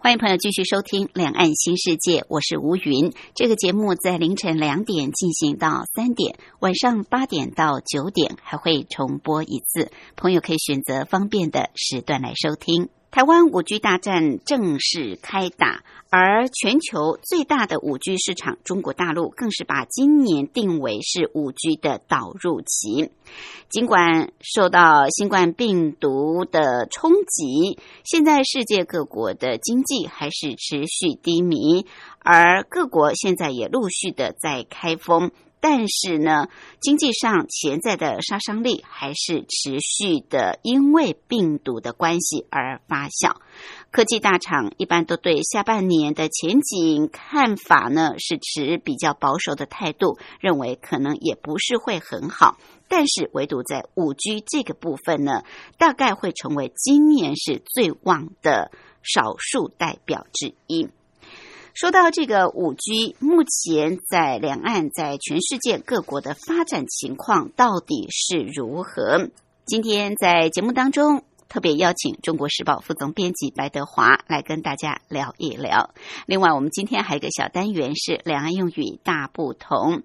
欢迎朋友继续收听《两岸新世界》，我是吴云。这个节目在凌晨两点进行到三点，晚上八点到九点还会重播一次，朋友可以选择方便的时段来收听。台湾五 G 大战正式开打，而全球最大的五 G 市场中国大陆更是把今年定为是五 G 的导入期。尽管受到新冠病毒的冲击，现在世界各国的经济还是持续低迷，而各国现在也陆续的在开封，但是呢，经济上潜在的杀伤力还是持续的，因为病毒的关系而发酵。科技大厂一般都对下半年的前景看法呢是持比较保守的态度，认为可能也不是会很好。但是唯独在五 G 这个部分呢，大概会成为今年是最旺的少数代表之一。说到这个五 G，目前在两岸、在全世界各国的发展情况到底是如何？今天在节目当中。特别邀请《中国时报》副总编辑白德华来跟大家聊一聊。另外，我们今天还有个小单元是“两岸用语大不同”，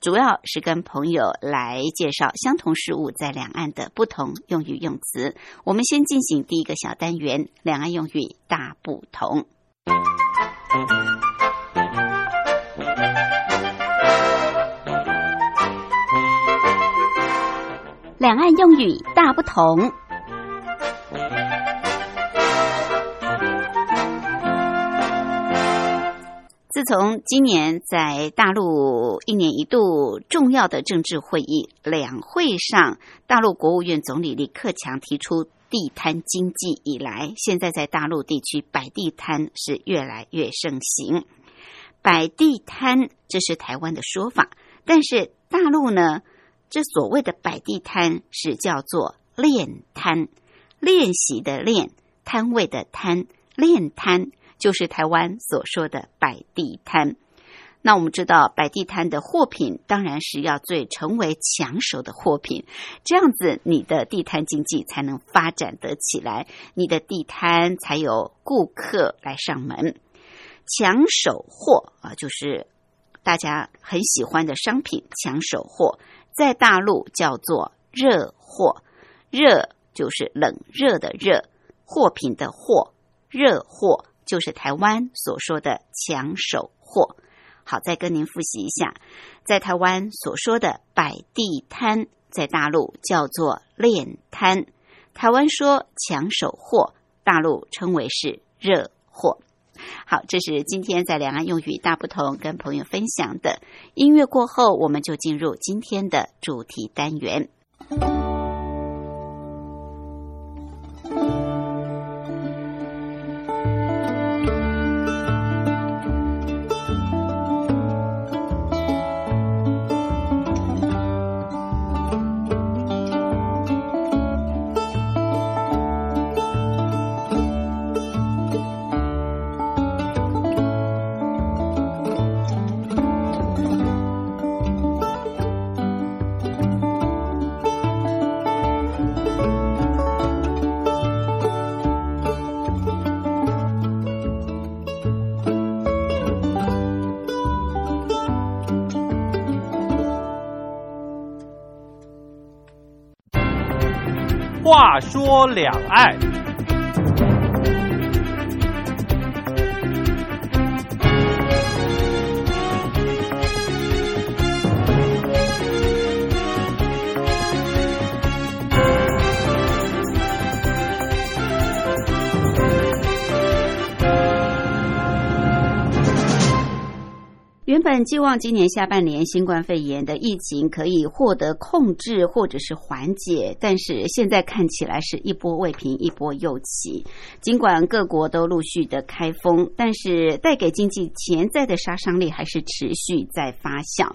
主要是跟朋友来介绍相同事物在两岸的不同用语用词。我们先进行第一个小单元“两岸用语大不同”。两岸用语大不同。自从今年在大陆一年一度重要的政治会议两会上，大陆国务院总理李克强提出地摊经济以来，现在在大陆地区摆地摊是越来越盛行。摆地摊这是台湾的说法，但是大陆呢，这所谓的摆地摊是叫做练摊，练习的练，摊位的摊，练摊。就是台湾所说的摆地摊。那我们知道，摆地摊的货品当然是要最成为抢手的货品，这样子你的地摊经济才能发展得起来，你的地摊才有顾客来上门。抢手货啊，就是大家很喜欢的商品，抢手货在大陆叫做热货，热就是冷热的热，货品的货，热货。就是台湾所说的抢手货。好，再跟您复习一下，在台湾所说的摆地摊，在大陆叫做练摊。台湾说抢手货，大陆称为是热货。好，这是今天在两岸用语大不同跟朋友分享的。音乐过后，我们就进入今天的主题单元。话说两岸，本寄望今年下半年新冠肺炎的疫情可以获得控制或者是缓解，但是现在看起来是一波未平一波又起。尽管各国都陆续的开封，但是带给经济潜在的杀伤力还是持续在发酵。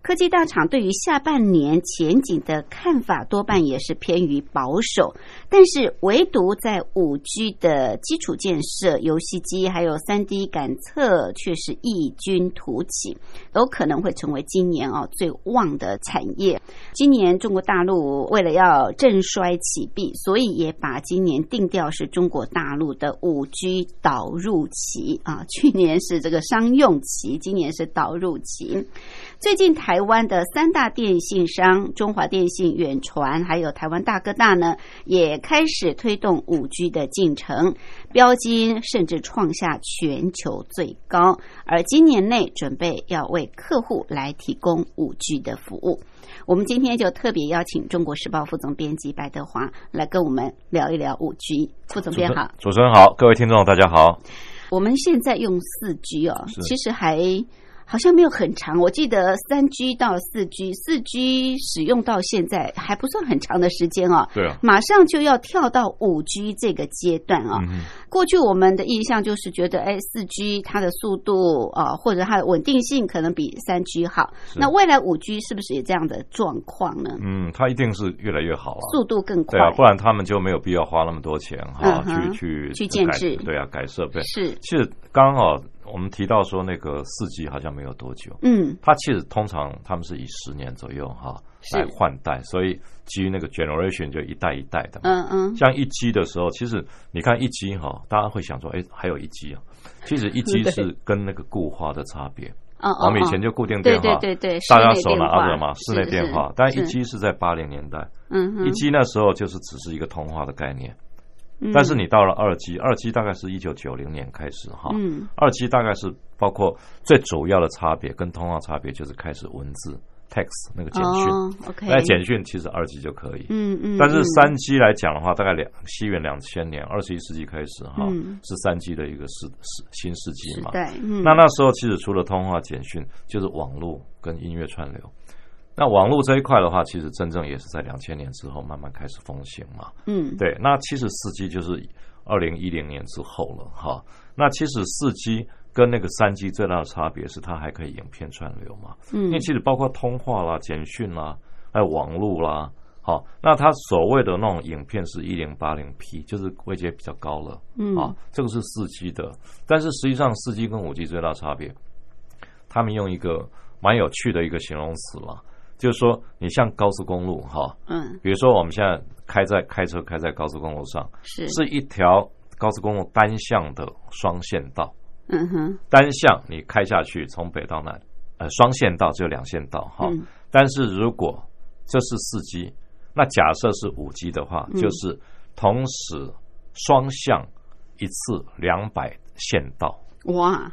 科技大厂对于下半年前景的看法多半也是偏于保守，但是唯独在五 G 的基础建设、游戏机还有三 D 感测却是异军突起，有可能会成为今年哦最旺的产业。今年中国大陆为了要振衰起弊，所以也把今年定调是中国大陆的五 G 导入期啊， 去年是这个商用期，今年是导入期。最近台湾的三大电信商中华电信、远传，还有台湾大哥大呢，也开始推动五 G 的进程，标金甚至创下全球最高，而今年内准备要为客户来提供五 G 的服务。我们今天就特别邀请《中国时报》副总编辑白德华来跟我们聊一聊五 G。副总编好，主持人好，各位听众大家好。我们现在用四 G 哦，其实还。好像没有很长，我记得三 G 到四 G，四 G 使用到现在还不算很长的时间哦。对啊，马上就要跳到五 G 这个阶段啊、哦。嗯、过去我们的印象就是觉得，哎，四 G 它的速度啊、呃，或者它的稳定性可能比三 G 好。那未来五 G 是不是也这样的状况呢？嗯，它一定是越来越好啊，速度更快。对啊，不然他们就没有必要花那么多钱哈、啊嗯，去去去建制。对啊，改设备是。其实刚好。我们提到说，那个四 G 好像没有多久，嗯，它其实通常他们是以十年左右哈、啊、来换代，所以基于那个 generation 就一代一代的，嗯嗯，像一 G 的时候，其实你看一 G 哈、啊，大家会想说，哎，还有一 G 啊，其实一 G 是跟那个固话的差别。 哦我们以前就固定电话，对对对对，大家手拿着嘛，室内电话。但一 G 是在八零年代，嗯，一 G 那时候就是只是一个通话的概念。嗯但是你到了二 G，二 G 大概是一九九零年开始哈，二、嗯、 G 大概是包括最主要的差别跟通话差别就是开始文字 text 那个简讯，哦 okay、那简讯其实二 G 就可以，嗯嗯，但是三 G 来讲的话，大概两西元两千年二十一世纪开始哈，嗯、是三 G 的一个世世新世纪嘛，对，嗯、那那时候其实除了通话简讯，就是网络跟音乐串流。那网络这一块的话，其实真正也是在两千年之后慢慢开始风行嘛。嗯，对。那其实四 G 就是二零一零年之后了哈。那其实四 G 跟那个三 G 最大的差别是，它还可以影片串流嘛。嗯，因为其实包括通话啦、简讯啦，还有网络啦。好，那它所谓的那种影片是一零八零 P，就是位阶比较高了。嗯，啊，这个是四 G 的，但是实际上四 G 跟五 G 最大差别，他们用一个蛮有趣的一个形容词了。就是说，你像高速公路哈，嗯，比如说我们现在开在开车开在高速公路上，是是一条高速公路单向的双线道，嗯哼，单向你开下去从北到南，呃，双线道只有两线道哈，嗯、但是如果这是四 G，那假设是五 G 的话，嗯、就是同时双向一次两百线道，哇，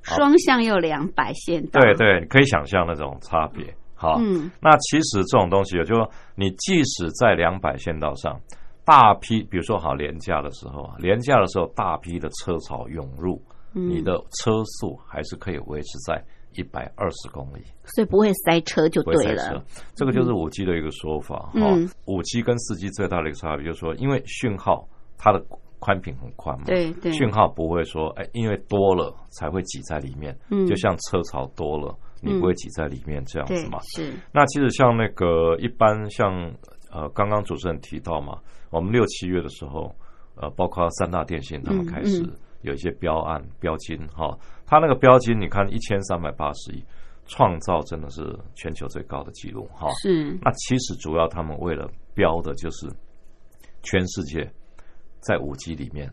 双向又两百线道，对对，你可以想象那种差别。好，嗯，那其实这种东西，也就是说，你即使在两百线道上，大批，比如说好廉价的时候啊，廉价的时候，大批的车潮涌入，嗯、你的车速还是可以维持在一百二十公里，所以不会塞车就对嗯了。这个就是五 G 的一个说法哈。五、嗯、G 跟四 G 最大的一个差别就是说，因为讯号它的宽频很宽嘛，对对，讯号不会说哎，因为多了才会挤在里面，嗯，就像车潮多了。你不会挤在里面这样子嘛？是。那其实像那个一般像呃，刚刚主持人提到嘛，我们六七月的时候，呃，包括三大电信他们开始有一些标案、嗯嗯、标金哈，它那个标金你看一千三百八十亿，创造真的是全球最高的记录哈。是。那其实主要他们为了标的就是全世界在五 G 里面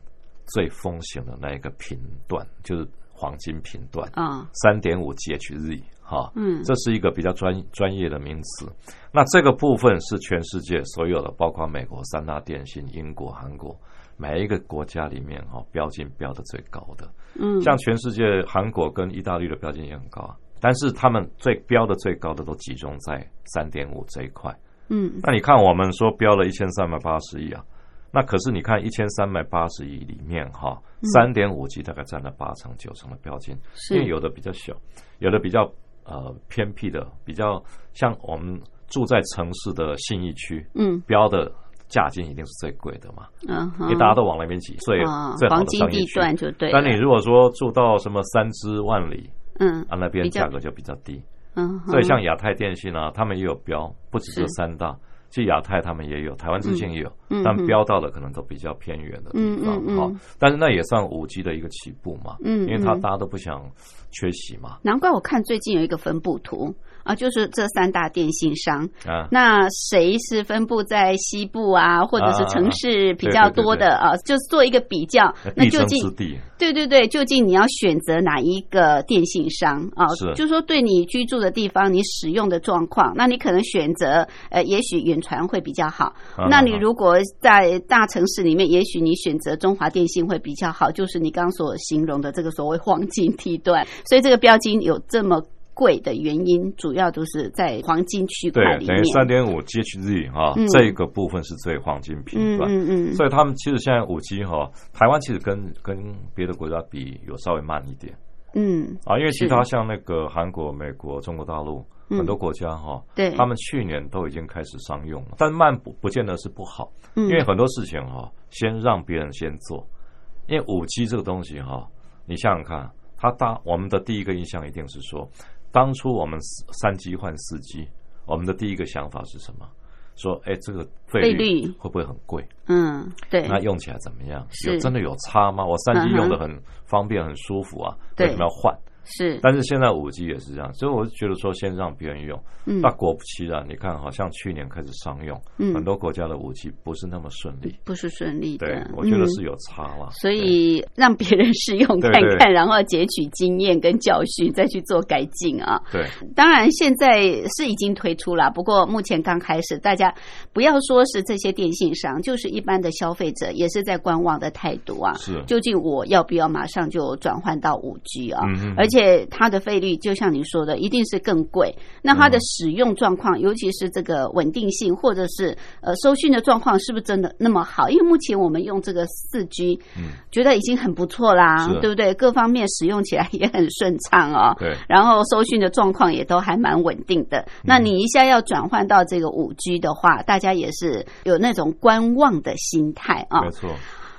最风行的那一个频段，就是黄金频段啊，三点五 GHz。哈，嗯，这是一个比较专专业的名词。那这个部分是全世界所有的，包括美国三大电信、英国、韩国，每一个国家里面哈、哦，标金标的最高的。嗯，像全世界韩国跟意大利的标金也很高啊，但是他们最标的最高的都集中在三点五这一块。嗯，那你看我们说标了一千三百八十亿啊，那可是你看一千三百八十亿里面哈，嗯三点五级大概占了八成九成的标金，因为是有的比较小，有的比较呃偏僻的，比较像我们住在城市的信义区，嗯标的价金一定是最贵的嘛，嗯哼，因为大家都往那边挤，所以啊最好黄的金商业地区。段就对了，但你如果说住到什么三支万里嗯啊，那边比较价格就比较低。嗯，所以哼像亚太电信啊，他们也有标，不只是是三大，其实亚太他们也有，台湾之星也有，嗯但哼标到的可能都比较偏远的嗯地方嗯嗯哈。但是那也算五 G 的一个起步嘛，嗯因为它嗯大家都不想缺席嘛，难怪我看最近有一个分布图啊，就是这三大电信商，啊，那谁是分布在西部啊，或者是城市比较多的啊？就做一个比较，那必究争竟之呃地，对对对，究竟你要选择哪一个电信商啊？是就说对你居住的地方，你使用的状况，那你可能选择呃，也许远传会比较好。啊那你如果在大城市里面，也许你选择中华电信会比较好，就是你刚刚所形容的这个所谓黄金地段，所以这个标金有这么贵的原因，主要都是在黄金区对块里等面于。三点五 GHz 哈嗯，啊这个部分是最黄金频嗯段。嗯嗯，所以他们其实现在五 G 哈，台湾其实跟跟别的国家比有稍微慢一点嗯啊，因为是其他像那个韩国、美国、中国大陆嗯很多国家哈，对，他们去年都已经开始商用了，但慢不不见得是不好，因因为很多事情哈、先让别人先做。因为五 G 这个东西哈、你想想看，它大我们的第一个印象一定是说，当初我们四三 G 换四 G，我们的第一个想法是什么？说，哎，这个费费率率会不会很贵？嗯对那用起来怎么样？是有真的有差吗？我三 G 嗯哼用的很方便、很舒服啊，对为什么要换？是但是现在五 G 也是这样，所以我就觉得说，先让别人用。嗯那果不其然，你看，好像去年开始商用，嗯很多国家的武器不是那么顺利。不是顺利的对，，我觉得嗯是有差了。所以让别人试用看 对看，对然后截取经验跟教训，再去做改进啊。对，对当然，现在是已经推出了，不过目前刚开始，大家不要说是这些电信商，就是一般的消费者也是在观望的态度啊。是，究竟我要不要马上就转换到五 G 啊？嗯哼而且它的费率，就像你说的，一定是更贵。那它嗯的使用状况，尤其是这个稳定性，或者是呃收讯的状况，是不是真的那么好？因为目前我们用这个四 G，嗯，觉得已经很不错啦是，对不对？各方面使用起来也很顺畅哦。 对，然后收讯的状况也都还蛮稳定嗯的。那你一下要转换到这个五 G 的话，大家也是有那种观望的心态啊、没错，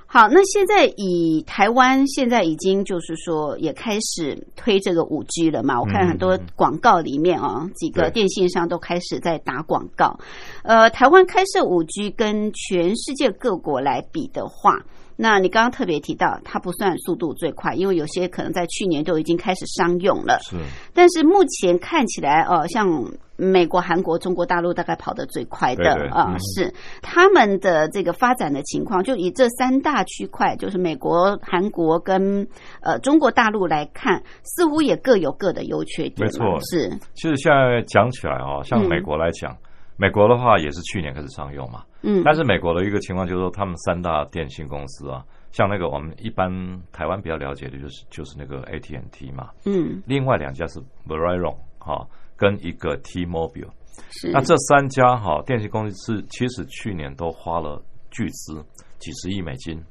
好，那现在以台湾现在已经就是说也开始推这个五 G 了嘛？我看很多广告里面啊、哦，几个对电信商都开始在打广告。呃，台湾开设五 G 跟全世界各国来比的话。那你刚刚特别提到，它不算速度最快，因为有些可能在去年都已经开始商用了。是但是目前看起来，呃，像美国、韩国、中国大陆大概跑得最快的对对啊、嗯是他们的这个发展的情况，就以这三大区块，就是美国、韩国跟呃中国大陆来看，似乎也各有各的优缺点嘛。没错是，其实现在讲起来哦，像嗯美国来讲，美国的话也是去年开始商用嘛。嗯，但是美国的一个情况就是说，他们三大电信公司啊，像那个我们一般台湾比较了解的就是就是那个 AT&T 嘛，嗯另外两家是 Verizon 哈、跟一个 T-Mobile。是，那这三家哈、电信公司其实去年都花了巨资几十亿美金，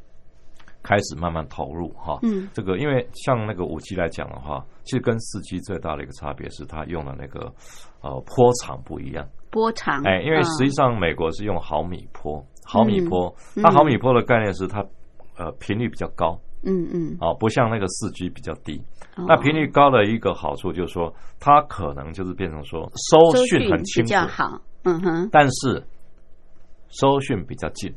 开始慢慢投入哈、嗯这个因为像那个五 G 来讲的话，其实跟四 G 最大的一个差别是它用的那个呃波长不一样。波长哎，因为嗯实际上美国是用毫米波，毫米波，嗯它毫米波的概念是它呃频率比较高嗯嗯，啊、不像那个四 G 比较低。哦那频率高的一个好处就是说，它可能就是变成说收收讯很比清楚，较好，嗯哼，但是收讯比较近，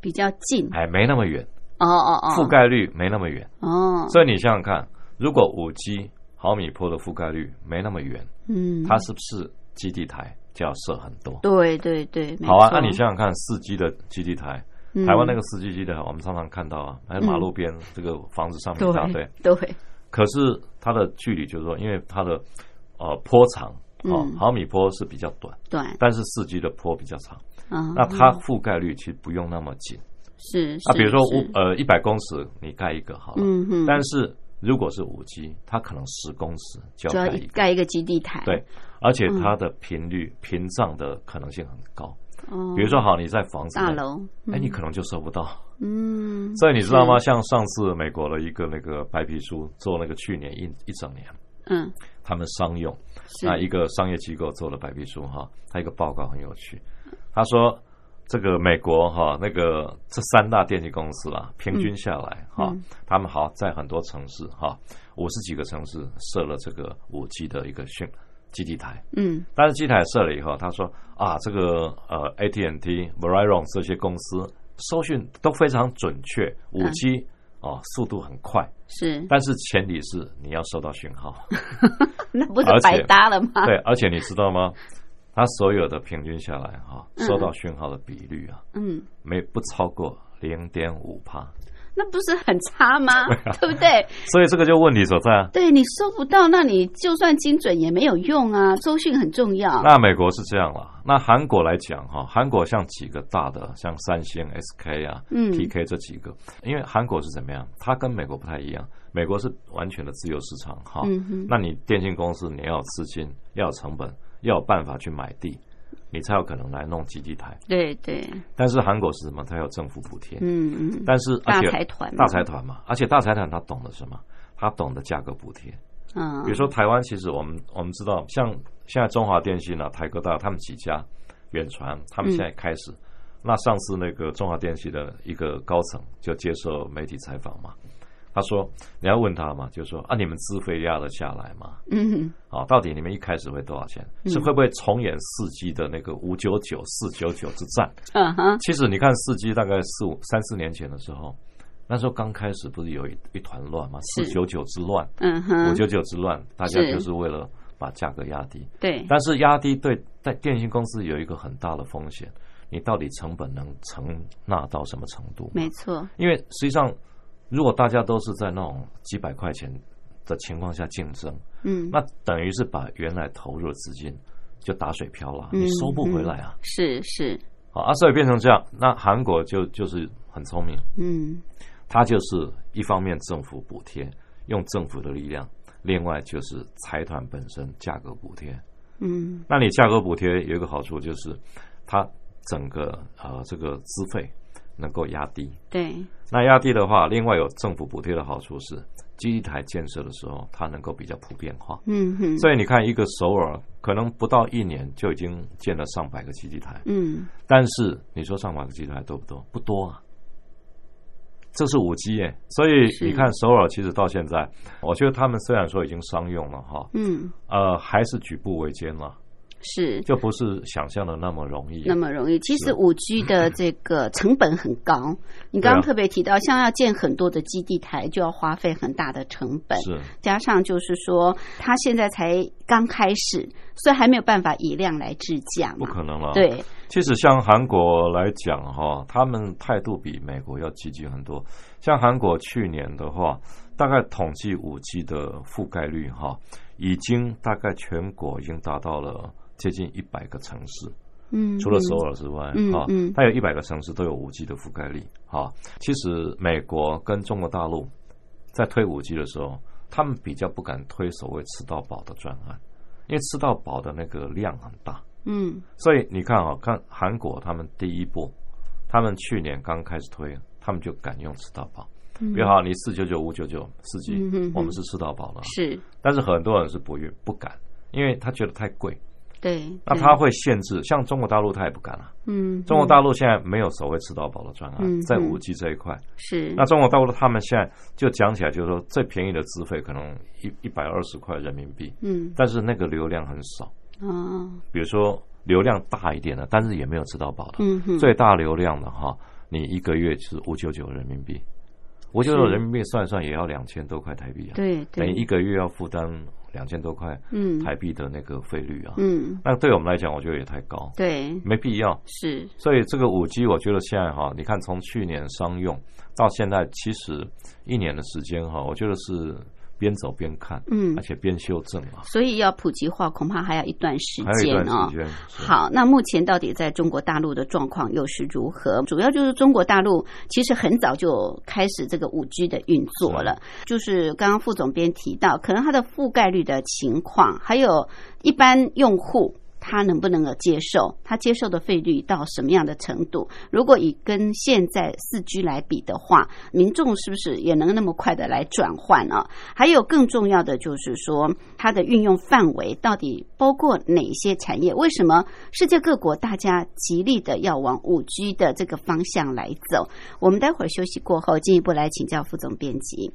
比较近，哎，没那么远，哦哦哦，覆盖率没那么远。哦，所以你想想看，如果五 G 毫米波的覆盖率没那么远，嗯，它是不是基地台就要设很多？对对对，没好啊，错那你想想看，四 G 的基地台，嗯台湾那个四 G 基地台，我们常常看到啊，还有马路边这个房子上面一大堆对，嗯对，可是它的距离就是说，因为它的呃波长。哦嗯，毫米波是比较短，短但是四 G 的波比较长，啊，那它覆盖率其实不用那么紧。是啊，是比如说呃五是呃一百公尺你盖一个好了，嗯哼，但是如果是五 G，它可能十公尺就主要要盖一嗯一个。盖一个基地台，对，而且它的频率屏障的可能性很高。哦，比如说，好，你在房子大内，楼，哎，嗯你可能就收不到。嗯，所以你知道吗？像上次美国的一个那个白皮书做那个去年一一整年，嗯，他们商用是那一个商业机构做的白皮书哈，它一个报告很有趣，他说这个美国哈那个这三大电器公司啦，平均下来哈嗯，他们好在很多城市哈，五十几个城市设了这个五 G 的一个讯基地台，嗯但是基地台设了以后，他说啊，这个呃 AT&T、Verizon 这些公司收讯都非常准确，五 G 啊、速度很快， 是，但是前提是你要收到讯号。那不是而且白搭了吗？ 对，而且你知道吗？它所有的平均下来哈、嗯收到讯号的比率啊，嗯，没不超过零点五帕，那不是很差吗？啊对不对？所以这个就问题所在啊。对你收不到，那你就算精准也没有用啊，收讯很重要。那美国是这样啦，那韩国来讲哈、韩国像几个大的，像三星、SK 啊、嗯 TK 这几个，因为韩国是怎么样？它跟美国不太一样，美国是完全的自由市场哈、嗯哼，那你电信公司你要有资金，要有成本，要有办法去买地，你才有可能来弄基地台。对对，但是韩国是什么？它有政府补贴，嗯嗯，但是而大且财团嘛，大财团嘛，而且大财团他懂得什么？他懂得价格补贴。嗯，比如说台湾，其实我们我们知道，像现在中华电信啊、台科大他们几家远传，他们现在开嗯始。那上次那个中华电信的一个高层就接受媒体采访嘛，他说你要问他嘛，就说啊，你们资费压得下来吗？嗯啊，到底你们一开始会多少钱？嗯是会不会重演四 G 的那个五九九四九九之战？嗯哼，其实你看四 G 大概四五三四年前的时候，那时候刚开始不是有一一团乱吗？是四九九之乱，嗯五哼，九九之乱，大家是就是为了把价格压低。对，但是压低对在电信公司有一个很大的风险，你到底成本能承纳到什么程度？没错，因为实际上，如果大家都是在那种几百块钱的情况下竞争，嗯，那等于是把原来投入的资金就打水漂了，嗯你收不回来啊。是是，好啊，所以变成这样，那韩国就就是很聪明，嗯它就是一方面政府补贴，用政府的力量，另外就是财团本身价格补贴。嗯那你价格补贴有一个好处就是，它整个呃这个资费能够压低。对，那压低的话，另外有政府补贴的好处是，基地台建设的时候它能够比较普遍化。嗯哼，所以你看，一个首尔可能不到一年就已经建了上百个基地台，嗯但是你说上百个基地台多不多？不多啊。这是五 G 耶，所以是你看首尔其实到现在，我觉得他们虽然说已经商用了哈，嗯呃，还是举步维艰了，是。就不是想象的那么容易。那么容易，其实是五 G 的这个成本很 高。你刚刚特别提到，像要建很多的基地台，就要花费很大的成本。是加上就是说，他现在才刚开始，所以还没有办法以量来制价不嘛。可能了。，对，其实像韩国来讲哈，他们态度比美国要积极很多。像韩国去年的话，大概统计五 G 的覆盖率哈，已经大概全国已经达到了接近一百个城市。嗯，除了首尔之外，嗯哈、嗯它有一百个城市都有五 G 的覆盖率，哈、其实美国跟中国大陆在推五 G 的时候，他们比较不敢推所谓吃到饱的专案，因为吃到饱的那个量很大，嗯，所以你看啊、看韩国他们第一步，他们去年刚开始推，他们就敢用吃到饱，嗯，比如哈，你四九九五九九四 G，嗯哼哼我们是吃到饱了，是但是很多人是不愿不敢，因为他觉得太贵，对，那对他会限制，像中国大陆他也不敢啊。嗯，中国大陆陆现在没有所谓吃到饱的专案，嗯在嗯五 G 这一块，是那中国大陆他们现在就讲起来，就是说最便宜的资费可能一一百二十块人民币，嗯但是那个流量很少。哦比如说流量大一点的，但是也没有吃到饱的，嗯哼最大流量的哈，你一个月是五九九人民币，五九九人民币算一算也要两千多块台币啊，对等于对一个月要负担两千多块嗯台币的那个费率啊，嗯那对我们来讲，我觉得也太高，对没必要。是所以这个五 G，我觉得现在哈，你看从去年商用到现在，其实一年的时间哈，我觉得是边走边看，嗯而，且边修正嘛，所以要普及化，恐怕还要一段时还有一间段哦时。间。是，好，那目前到底在中国大陆的状况又是如何？主要就是中国大陆其实很早就开始这个五 G 的运作了，就是刚刚副总编提到，可能它的覆盖率的情况，还有一般用户。他能不能够接受？他接受的费率到什么样的程度？如果以跟现在四 G 来比的话，民众是不是也能那么快的来转换啊？还有更重要的就是说，它的运用范围到底包括哪些产业？为什么世界各国大家极力的要往五 G 的这个方向来走？我们待会儿休息过后，进一步来请教副总编辑。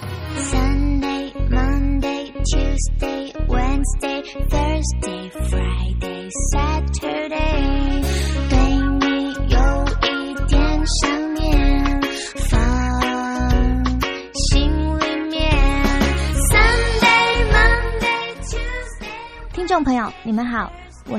Sunday, Monday, Tuesday, Wednesday, Thursday, Friday, Saturday。对你有一点想念，放心里面。Sunday, Monday, Tuesday。听众朋友，你们好，我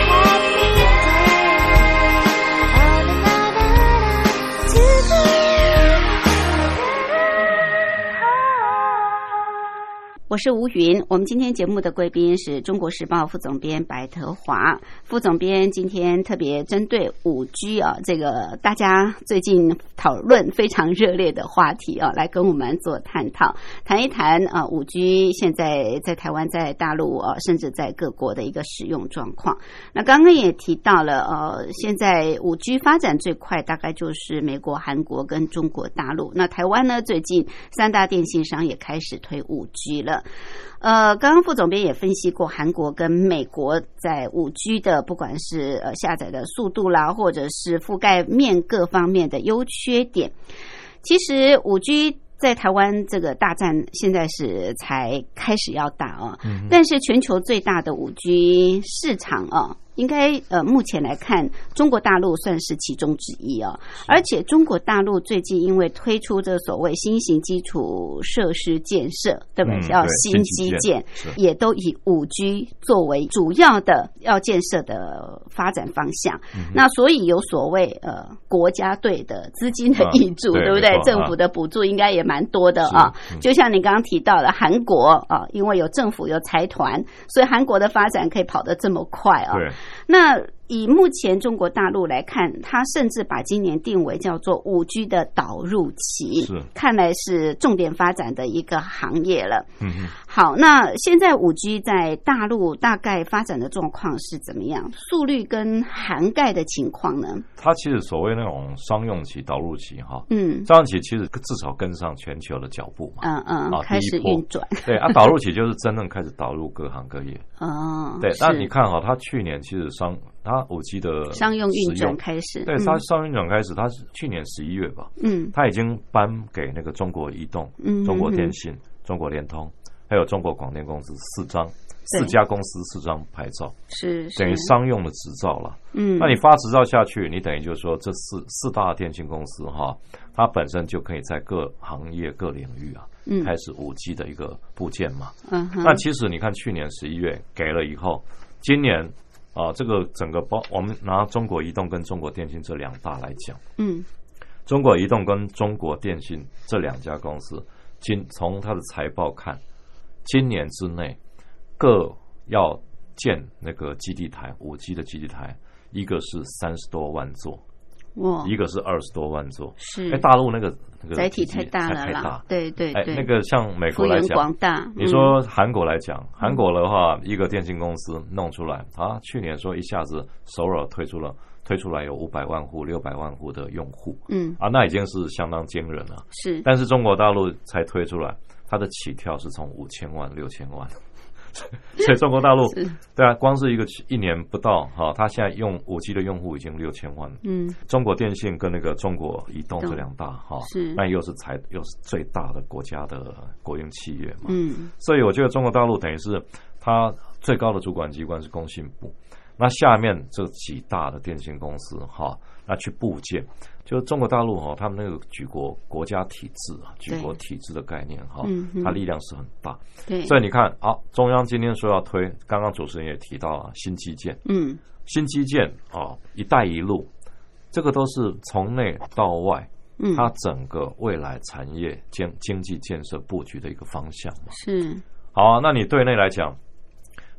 我是吴云，我们今天节目的贵宾是中国时报副总编白德华副总编。今天特别针对五 G 啊，这个大家最近讨论非常热烈的话题啊，来跟我们做探讨，谈一谈啊五 G 现在在台湾、在大陆啊，甚至在各国的一个使用状况。那刚刚也提到了，呃，现在五 G 发展最快，大概就是美国、韩国跟中国大陆。那台湾呢，最近三大电信商也开始推五 G 了。呃，刚刚副总编也分析过，韩国跟美国在五 G 的不管是呃下载的速度啦，或者是覆盖面各方面的优缺点。其实五 G 在台湾这个大战现在是才开始要打哦，嗯但是全球最大的五 G 市场哦，应该呃目前来看，中国大陆算是其中之一哦。而且中国大陆最近因为推出这所谓新型基础设施建设，对吧？嗯叫对新新基建建，是也都以五 G 作为主要的要建设的发展方向。嗯那所以有所谓呃国家队的资金的啊益助，对不没对？错政啊府的补助应该也蛮多的啊。是嗯就像你刚刚提到的，韩国啊，因为有政府有财团，所以韩国的发展可以跑得这么快啊。对，那以目前中国大陆来看，它甚至把今年定为叫做五 G 的导入期是，看来是重点发展的一个行业了。嗯哼。好，那现在五 G 在大陆大概发展的状况是怎么样？速率跟涵盖的情况呢？它其实所谓那种商用期、导入期哈，嗯商用期其实至少跟上全球的脚步嘛。嗯嗯，好开始啊第一波运转对啊，导入期就是真正开始导入各行 各业。哦。对，那是你看哈，它去年其实商它五 G 的商用运使转开始，对它商用运转开始，它是去年十一月吧，嗯它已经颁给那个中国移动、嗯，中国嗯电信、中国联通，还有中国广电公司四张对四家公司四张牌照，是是等于商用的执照了。嗯，那你发执照下去，你等于就是说这四四大电信公司哈，它本身就可以在各行业各领域啊，嗯开始五 G 的一个部件嘛。嗯哼那其实你看去年十一月给了以后，今年啊，这个整个包我们拿中国移动跟中国电信这两大来讲，嗯中国移动跟中国电信这两家公司，今从它的财报看，今年之内各要建那个基地台，五 G 的基地台，一个是三十多万座，哇一个是二十多万座。是哎，大陆那个那个哦嗯载体基地太大了太啦大，，对对哎，对，那个像美幅国来员讲广，大，你说韩国来讲，韩国的话，一个电信公司弄出来，啊，去年说一下子首尔推出了推出来有五百万户、六百万户的用户，嗯嗯啊，那已经是相当惊人了。是但是中国大陆才推出来，它的起跳是从五千万、六千万， 所以中国大陆 是对啊，光是一个一年不到哈、它现在用五 G 的用户已经六千万了。嗯中国电信跟那个中国移动懂这两大哈，是那又是财又是最大的国家的国营企业嘛，嗯所以我觉得中国大陆等于是它最高的主管机关是工信部，那下面这几大的电信公司哈，那去部件，就是中国大陆哈，他们那个举国国家体制啊，举国体制的概念哈嗯哼，它力量是很大。对，所以你看啊，中央今天说要推，刚刚主持人也提到了新基建，嗯新基建啊，一带一路，这个都是从内到外。嗯它整个未来产业经经济建设布局的一个方向嘛，是好啊、那你对内来讲，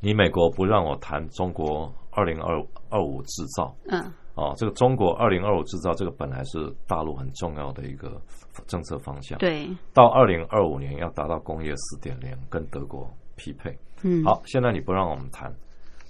你美国不让我谈中国二零二二五制造嗯啊，这个中国二零二五制造这个本来是大陆很重要的一个政策方向，对到二零二五年要达到工业四点零，跟德国匹配。嗯好，现在你不让我们谈，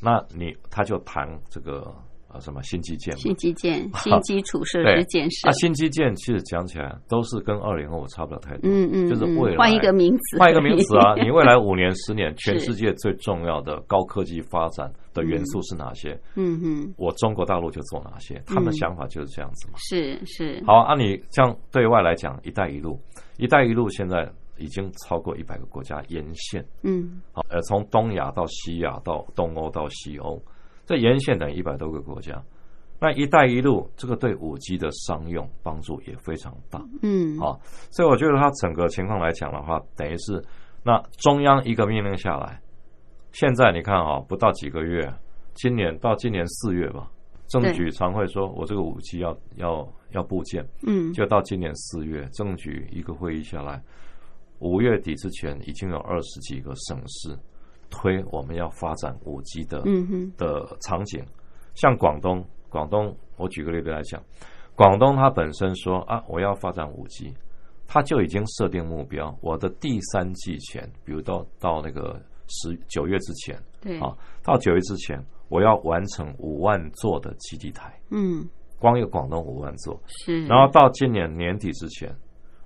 那你他就谈这个呃什么新基建嘛新。基建、新基础设施对建设啊，，新基建其实讲起来都是跟二零二五差不了太多，嗯嗯，就是嗯未来换一个名词，换一个名词啊，你未来五年、十年，全是世界最重要的高科技发展的元素是哪些？ 嗯嗯，我中国大陆就做哪些？他们的想法就是这样子嘛。是是，好，按、你像对外来讲，“一带一路”，“一带一路”现在已经超过一百个国家沿线，嗯好，呃，从东亚到西亚到东欧到西欧，这沿线等于一百多个国家。那“一带一路”这个对五 G 的商用帮助也非常大。嗯，啊，所以我觉得它整个情况来讲的话，等于是那中央一个命令下来，现在你看啊、不到几个月，今年到今年四月吧，政对局常会说我这个五 G 要要要部件，嗯就到今年四月，政局一个会议下来，五月底之前已经有二十几个省市推我们要发展五 G 的嗯哼的场景，像广东，广东，我举个例子来讲，广东它本身说啊，我要发展五 G，它就已经设定目标，我的第三季前，比如到到那个十九月之前对，啊，到九月之前，我要完成五万座的基地台，嗯光一个广东五万座，是，然后到今年年底之前，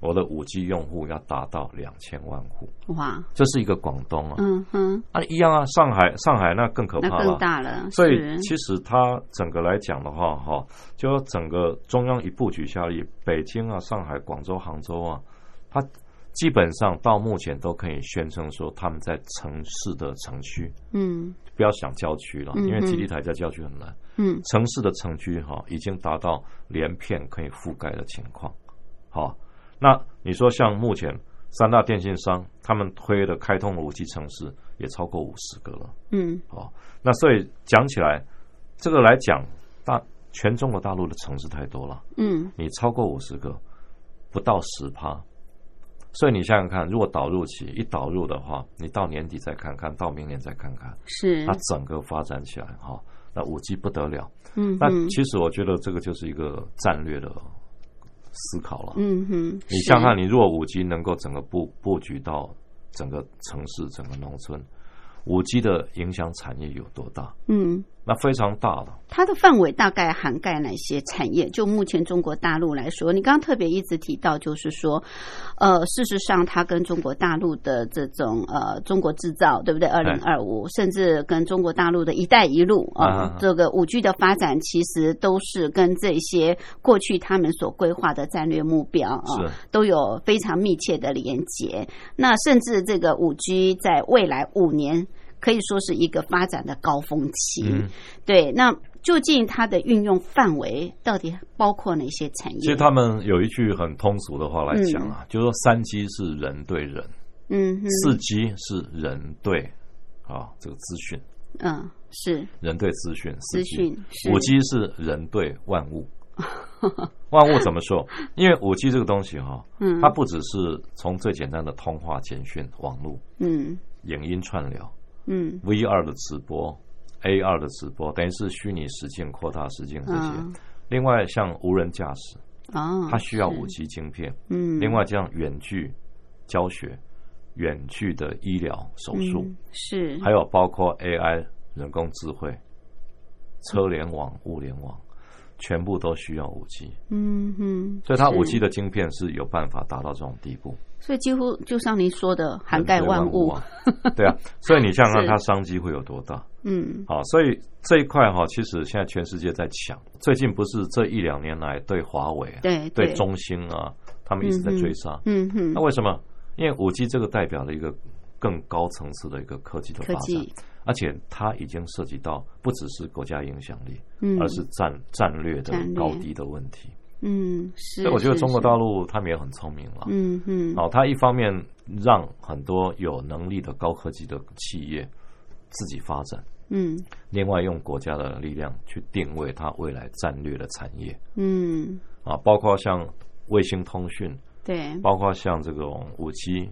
我的五 G 用户要达到两千万户，哇，这是一个广东啊，嗯哼，啊一样啊，上海上海那更可那怕更了。大了，所以是其实它整个来讲的话，哈，就整个中央一布局下来，北京啊、上海、广州、杭州啊，它基本上到目前都可以宣称说他们在城市的城区，嗯不要想郊区了，因为嗯哼基地台在郊区很难。嗯城市的城区哈、已经达到连片可以覆盖的情况。好、那你说像目前三大电信商他们推的开通五 G 城市也超过五十个了。嗯哦，那所以讲起来，这个来讲，大全中国大陆的城市太多了，嗯你超过五十个，不到十趴。所以你想想看，如果导入起一导入的话，你到年底再看看，到明年再看看，是它整个发展起来哈、那五 G 不得了。嗯那哼其实我觉得这个就是一个战略的思考了。嗯哼，你是想想，你如果五 G 能够整个布布局到整个城市、整个农村，五 G 的影响产业有多大？嗯。那非常大了。它的范围大概涵盖哪些产业？就目前中国大陆来说，你刚刚特别一直提到，就是说，呃，事实上它跟中国大陆的这种呃中国制造，对不对？二零二五，甚至跟中国大陆的一带一路呃啊这个五 G 的发展，其实都是跟这些过去他们所规划的战略目标啊、呃是都有非常密切的连结。那甚至这个五 G 在未来五年可以说是一个发展的高峰期。嗯，对，那究竟它的运用范围到底包括哪些产业？其实他们有一句很通俗的话来讲啊，就是说三 G 是人对人，嗯哼，四 G 是人对啊这个资讯，嗯是人对资讯，四资 G 讯是五 G 是人对万 物。万物怎么说？因为五 G 这个东西哈、嗯它不只是从最简单的通话、简讯、网络、嗯影音串流、嗯 V 二的直播、A 二的直播，等于是虚拟实境、扩大实境这些。嗯另外，像无人驾驶，哦，它需要是五 G 晶片。嗯，另外，像远距教学、远距的医疗手术，嗯是还有包括 AI 人工智慧、车联网、物联网，全部都需要五 G。嗯哼，所以它是五 G 的晶片是有办法达到这种地步，所以几乎就像您说的，涵盖人类万物，啊。 对啊，所以你想想看是它商机会有多大？嗯好，所以这一块哈，其实现在全世界在抢。最近不是这一两年来对华为、啊对对中兴啊，他们一直在追杀。嗯哼那为什么？因为五 G 这个代表了一个更高层次的一个科技的科发展技，而且它已经涉及到不只是国家影响力，嗯而是战战略的战略高低的问题。嗯是，所以我觉得中国大大陆他们也很聪明了。嗯哼哦，它一方面让很多有能力的高科技的企业自己发展，嗯另外用国家的力量去定位它未来战略的产业嗯啊，包括像卫星通讯，对包括像这种五 G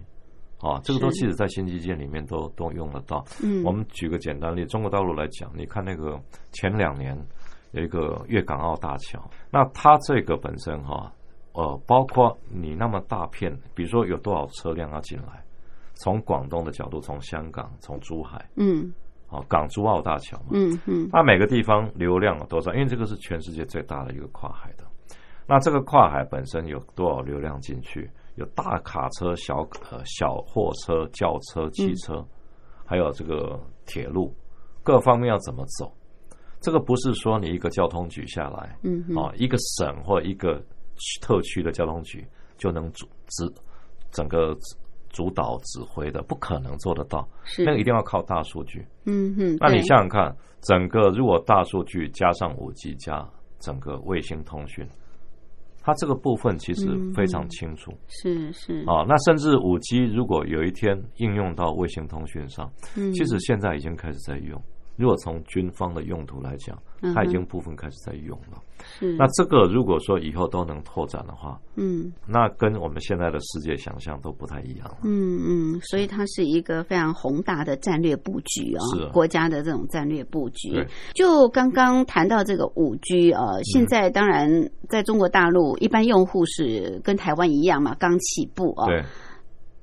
啊，这个都是其实在新基建里面都都用得到。嗯我们举个简单例，中国大陆来讲，你看那个前两年有一个粤港澳大桥，那它这个本身哈、呃，包括你那么大片，比如说有多少车辆要进来，从广东的角度，从香港，从珠海嗯啊，港珠澳大桥嘛，嗯嗯那每个地方流量有多少？因为这个是全世界最大的一个跨海的。那这个跨海本身有多少流量进去？有大卡车、小呃小货车、轿车、汽车，还有这个铁路，各方面要怎么走？这个不是说你一个交通局下来嗯哼啊，一个省或一个区特区的交通局就能主指整个主导指挥的，不可能做得到。是那个一定要靠大数据。嗯哼，那你对想想看，整个如果大数据加上五 G 加整个卫星通讯，它这个部分其实嗯非常清楚、是是啊。那甚至五 G 如果有一天应用到卫星通讯上，嗯其实现在已经开始在用。如果从军方的用途来讲，它已嗯哼嗯经部分开始在用了。是那这个如果说以后都能拓展的话，嗯。那跟我们现在的世界想象都不太一样了。嗯嗯，所以它是一个非常宏大的战略布局是哦，啊国家的这种战略布局对。嗯就刚刚谈到这个五 G 呃，现在当然在中国大陆，一般用户是跟台湾一样嘛，刚起步啊、对，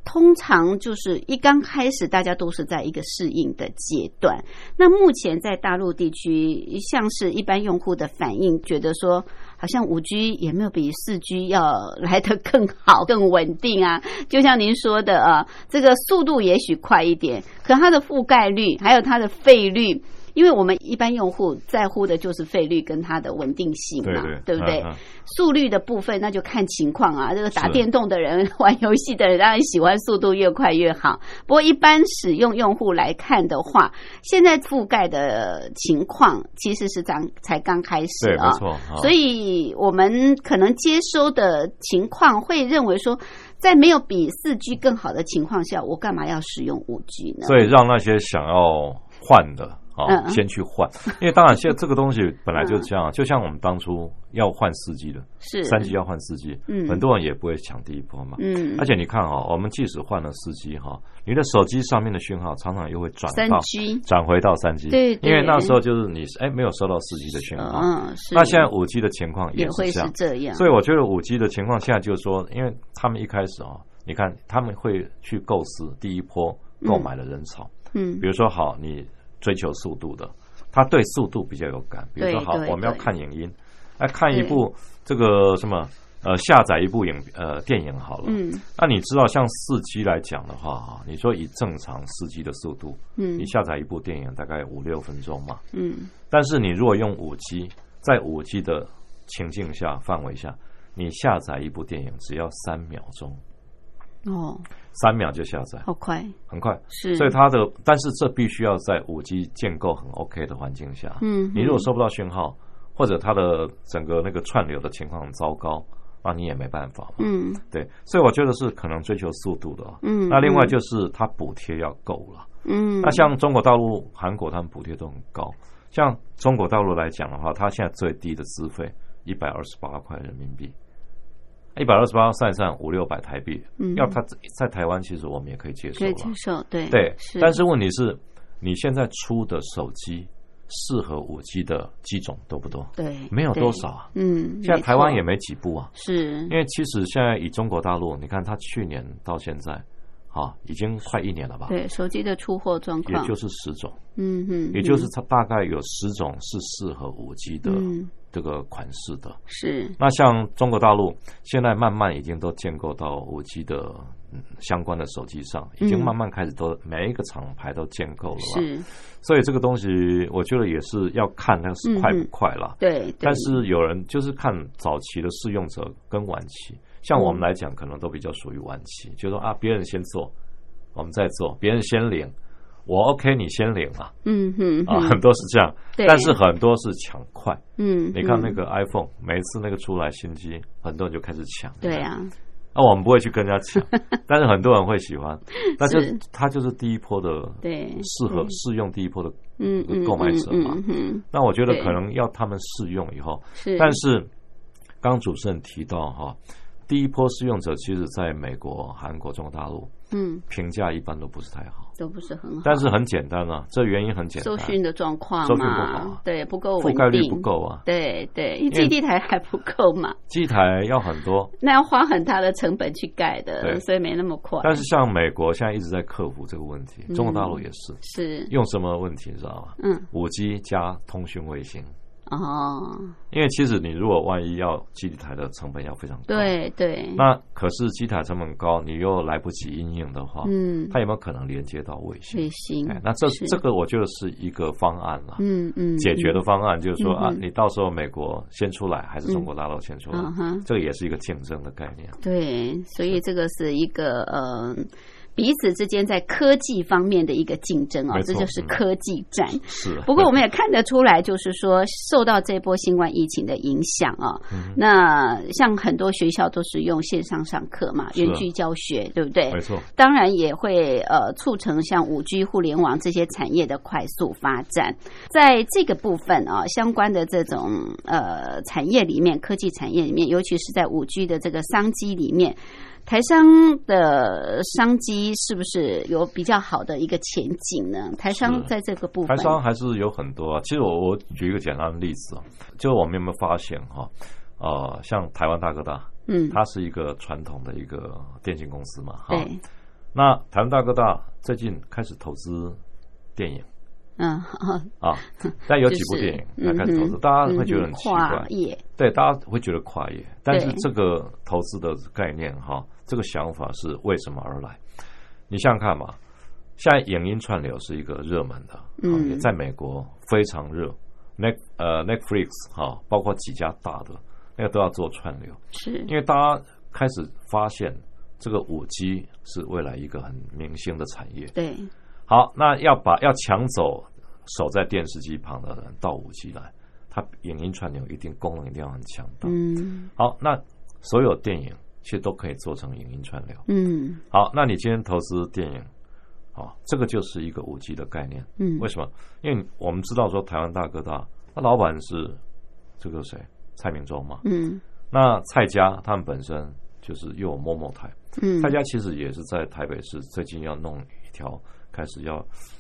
通常就是一刚开始，大家都是在一个适应的阶段。那目前在大陆地区，像是一般用户的反应，觉得说好像五 G 也没有比四 G 要来得更好、更稳定啊。 就像您说的啊，这个速度也许快一点，可它的覆盖率还有它的费率。因为我们一般用户在乎的就是费率跟它的稳定性嘛，对哦不对？嗯嗯速率的部分那就看情况啊，这个打是电动的人、 玩游戏的人当然喜欢速度越快越好。不过一般使用用户来看的话，现在覆盖的情况其实是刚才刚开始对，啊没，错。啊所以我们可能接收的情况会认为说，在没有比四 G 更好的情况下，我干嘛要使用五 G 呢？所以让那些想要换的啊、嗯嗯嗯先去换，因为当然现在这个东西本来就是这样，就像我们当初要换四 G 的，是三 G 啊要换四 G，嗯很多人也不会抢第一波嘛。嗯而且你看哈、哦我们即使换了四 G 哈，你的手机上面的讯号常常又会转三到 G 转回到三 G，对对因为那时候就是你哎没有收到四 G 的讯号，啊嗯，是那现在五 G 的情况也是会这是样，这样，所以我觉得五 G 的情况现在就是说，因为他们一开始啊、你看他们会去构思第一波购买的人潮，嗯比如说好，你追求速度的，他对速度比较有感。比如说对好对，我们要对看影音，哎，看一部这个什么呃，下载一部影呃电影好了。嗯那你知道，像四 G 来讲的话啊，你说以正常四 G 的速度，嗯你下载一部电影大概五六分钟嘛。嗯但是你如果用五 G，在五 G 的情境下范围下，你下载一部电影只要三秒钟，哦，三秒就下载，好快很快。是，所以它的，但是这必须要在五 G 建构很 OK 的环境下。嗯，你如果收不到讯号，或者它的整个那个串流的情况很糟糕，那你也没办法嘛。嗯对，所以我觉得是可能追求速度的啊。嗯，那另外就是它补贴要够了。嗯，那像中国大陆、韩国他们补贴都很高。像中国大陆来讲的话，它现在最低的资费一百二十八块人民币，一百二十八算一算五六百台币。嗯要它在台湾，其实我们也可以接受可以了。接受，对对，是，但是问题是，你现在出的手机适合五 G 的机种多不多？对没有对多少啊。嗯，现在没台湾错也没几部啊。是因为其实现在以中国大陆，你看它去年到现在，啊，已经快一年了吧？对手机的出货状也况，就是十种，嗯嗯，也就是嗯它大概有十种是适合五 G 的嗯这个款式的。是那像中国大陆现在慢慢已经都建构到五 G 的嗯相关的手机上，已经嗯慢慢开始都每一个厂牌都建构了吧？是，所以这个东西，我觉得也是要看那个是快不快啦。嗯对，对但是有人就是看早期的试用者跟晚期，像我们来讲，可能都比较属于晚期，就说啊，别人先做，我们再做，别人先领，我 OK 你先领啊嗯嗯啊，嗯很多是这样，对但是很多是抢快。嗯，你看那嗯个 iPhone，每一次那个出来新机，很多人就开始抢。对啊，那我们不会去跟人家 抢，但是很多人会喜欢，但是是它就是第一波的对适合试用第一波的嗯这嗯个购买嗯者嘛嗯。嗯那我觉得对可能要他们试用以后，是，但是刚刚主持人提到哈，第一波试用者其实在美国、韩国、中国大陆嗯评价一般都不是太好，都不是很好，但是很简单啊，这原因很简单搜，讯的状况搜嘛，寻不好啊对不够覆稳盖率定不。够啊，对对，因为因为基地台还不够嘛， 机台要很多，那要花很大的成本去盖的，对所以没那么快。但是像美国现在一直在克服这个问题，嗯中国大陆也是是用什么问题你知道吗？嗯五 G 加通讯卫星。哦，因为其实你如果万一要基地台的成本要非常高，，对对，那可是基地台成本高，你又来不及应用的话，嗯，它有没有可能连接到卫星也？行，哎，那这是这个我觉得是一个方案了。嗯嗯，解决的方案就是说嗯啊，嗯你到时候美国先出来，还是中国大陆先出来嗯嗯？哼这个也是一个竞争的概念。对，所以这个是一个呃。彼此之间在科技方面的一个竞争啊、没这错就是嗯科技战。是，不过我们也看得出来，就是说受到这波新冠疫情的影响啊、嗯那像很多学校都是用线上上课嘛，是啊远距教学，对不对？ 没错，当然也会呃促成像五 G 互联网这些产业的快速发展，在这个部分啊相关的这种呃产业里面，科技产业里面，尤其是在五 G 的这个商机里面，台商的商机是不是有比较好的一个前景呢？台商是在这个部台分，商还是有很多啊。其实我我举一个简单的例子啊，就是我们有没有发现哈、呃，像台湾大哥大，嗯，它是一个传统的一个电信公司嘛，哈。对，那台湾大哥大最近开始投资电影，嗯，哦啊。但有就几部是电影来开嗯始投哼资，大家会觉得很嗯哼奇怪跨，业，对，大家会觉得跨业，但是对这个投资的概念哈，这个想法是为什么而来？你想想看嘛，现在影音串流是一个热门的嗯行业，在美国非常热。Net 呃 Netflix 哈，包括几家大的那个都要做串流，是因为大家开始发现这个五 G 是未来一个很明星的产业。对，好，那要把要抢走守在电视机旁的人到五 G 来，它影音串流一定功能一定要很强大。嗯好，那所有电影其实都可以做成影音串流。嗯好，那你今天投资电影，好，这个就是一个五 G 的概念。嗯为，什么？因为我们知道说台湾大哥大，那老板是这个谁蔡明忠嘛，嗯那蔡家他们本身就是又有某某台，嗯，蔡家其实也是在台北市最近要弄一条开始要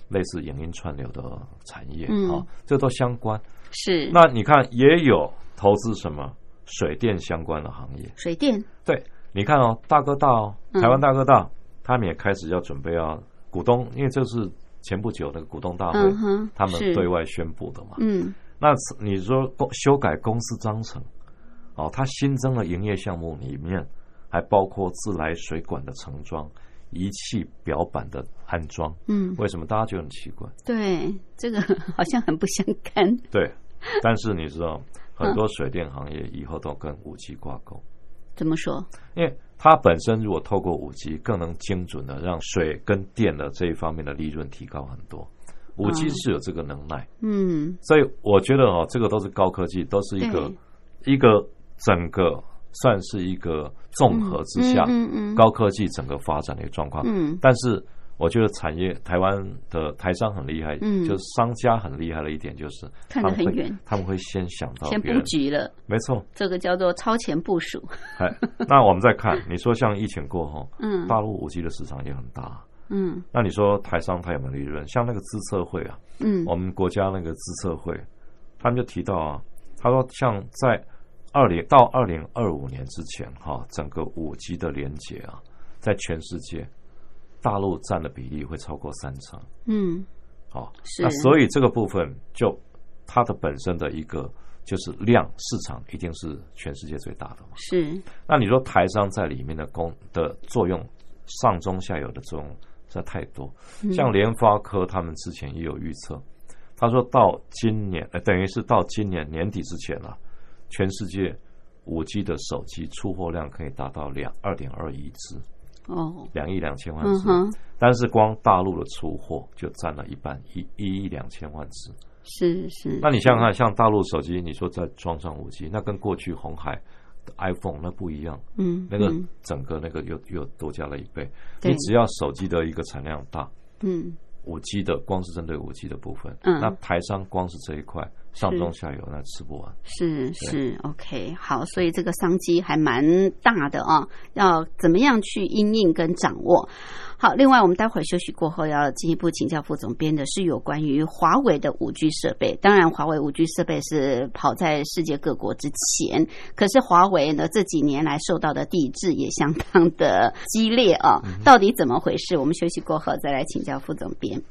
类似影音串流的产业嗯啊，这都相关。是那你看也有投资什么水电相关的行业，水电，对，你看哦，大哥大哦，嗯台湾大哥大，他们也开始要准备要股东，因为这是前不久那个股东大会，嗯哼，他们是对外宣布的嘛。嗯那是你说公修改公司章程，哦，它新增的营业项目里面还包括自来水管的盛装、仪器表板的安装。嗯，为什么大家觉得很奇怪？对，这个好像很不相干，对，但是你知道，嗯很多水电行业以后都跟武器挂钩。怎么说？因为它本身如果透过五 G，更能精准的让水跟电的这一方面的利润提高很多。五 G 嗯是有这个能耐，嗯所以我觉得哦，这个都是高科技，都是一个一个整个算是一个综合之下、嗯嗯，嗯高科技整个发展的一个状况。嗯但是我觉得产业台湾的台商很厉害，嗯就是商家很厉害的一点就是看得他们很会远，他们会先想到先别布人，局了，没错。这个叫做超前部署， 哎，那我们再看，你说像疫情过后。嗯大陆五 G 的市场也很大。嗯那你说台商他有没有利润？像那个资策会啊，嗯我们国家那个资策会，他们就提到啊，他说像在二零到二零二五年之前哈、整个五 G 的连接啊，在全世界大陆占的比例会超过三成。嗯，好、哦，是那，所以这个部分就它的本身的一个就是量市场一定是全世界最大的嘛。是那你说台商在里面的功的作用，上中下游的作用实在太多。嗯像联发科他们之前也有预测，他说到今年，呃，等于是到今年年底之前啊，全世界五 G 的手机出货量可以达到两二点二亿只，哦，两亿两千万嗯只。哼，但是光大陆的出货就占了一半，一一亿两千万只。是是，那你想想看，像大陆手机，你说再装上五 G，那跟过去红海的 iPhone 那不一样。嗯那个嗯整个那个又又多加了一倍。对你只要手机的一个产量大，嗯五 G 的光是针对五 G 的部分，嗯那台商光是这一块上中下游那吃不完。是是，OK，好，所以这个商机还蛮大的啊，要怎么样去因应跟掌握？好，另外我们待会儿休息过后要进一步请教副总编的是有关于华为的五 G 设备，当然华为五 G 设备是跑在世界各国之前，可是华为呢这几年来受到的抵制也相当的激烈啊，到底怎么回事？我们休息过后再来请教副总编。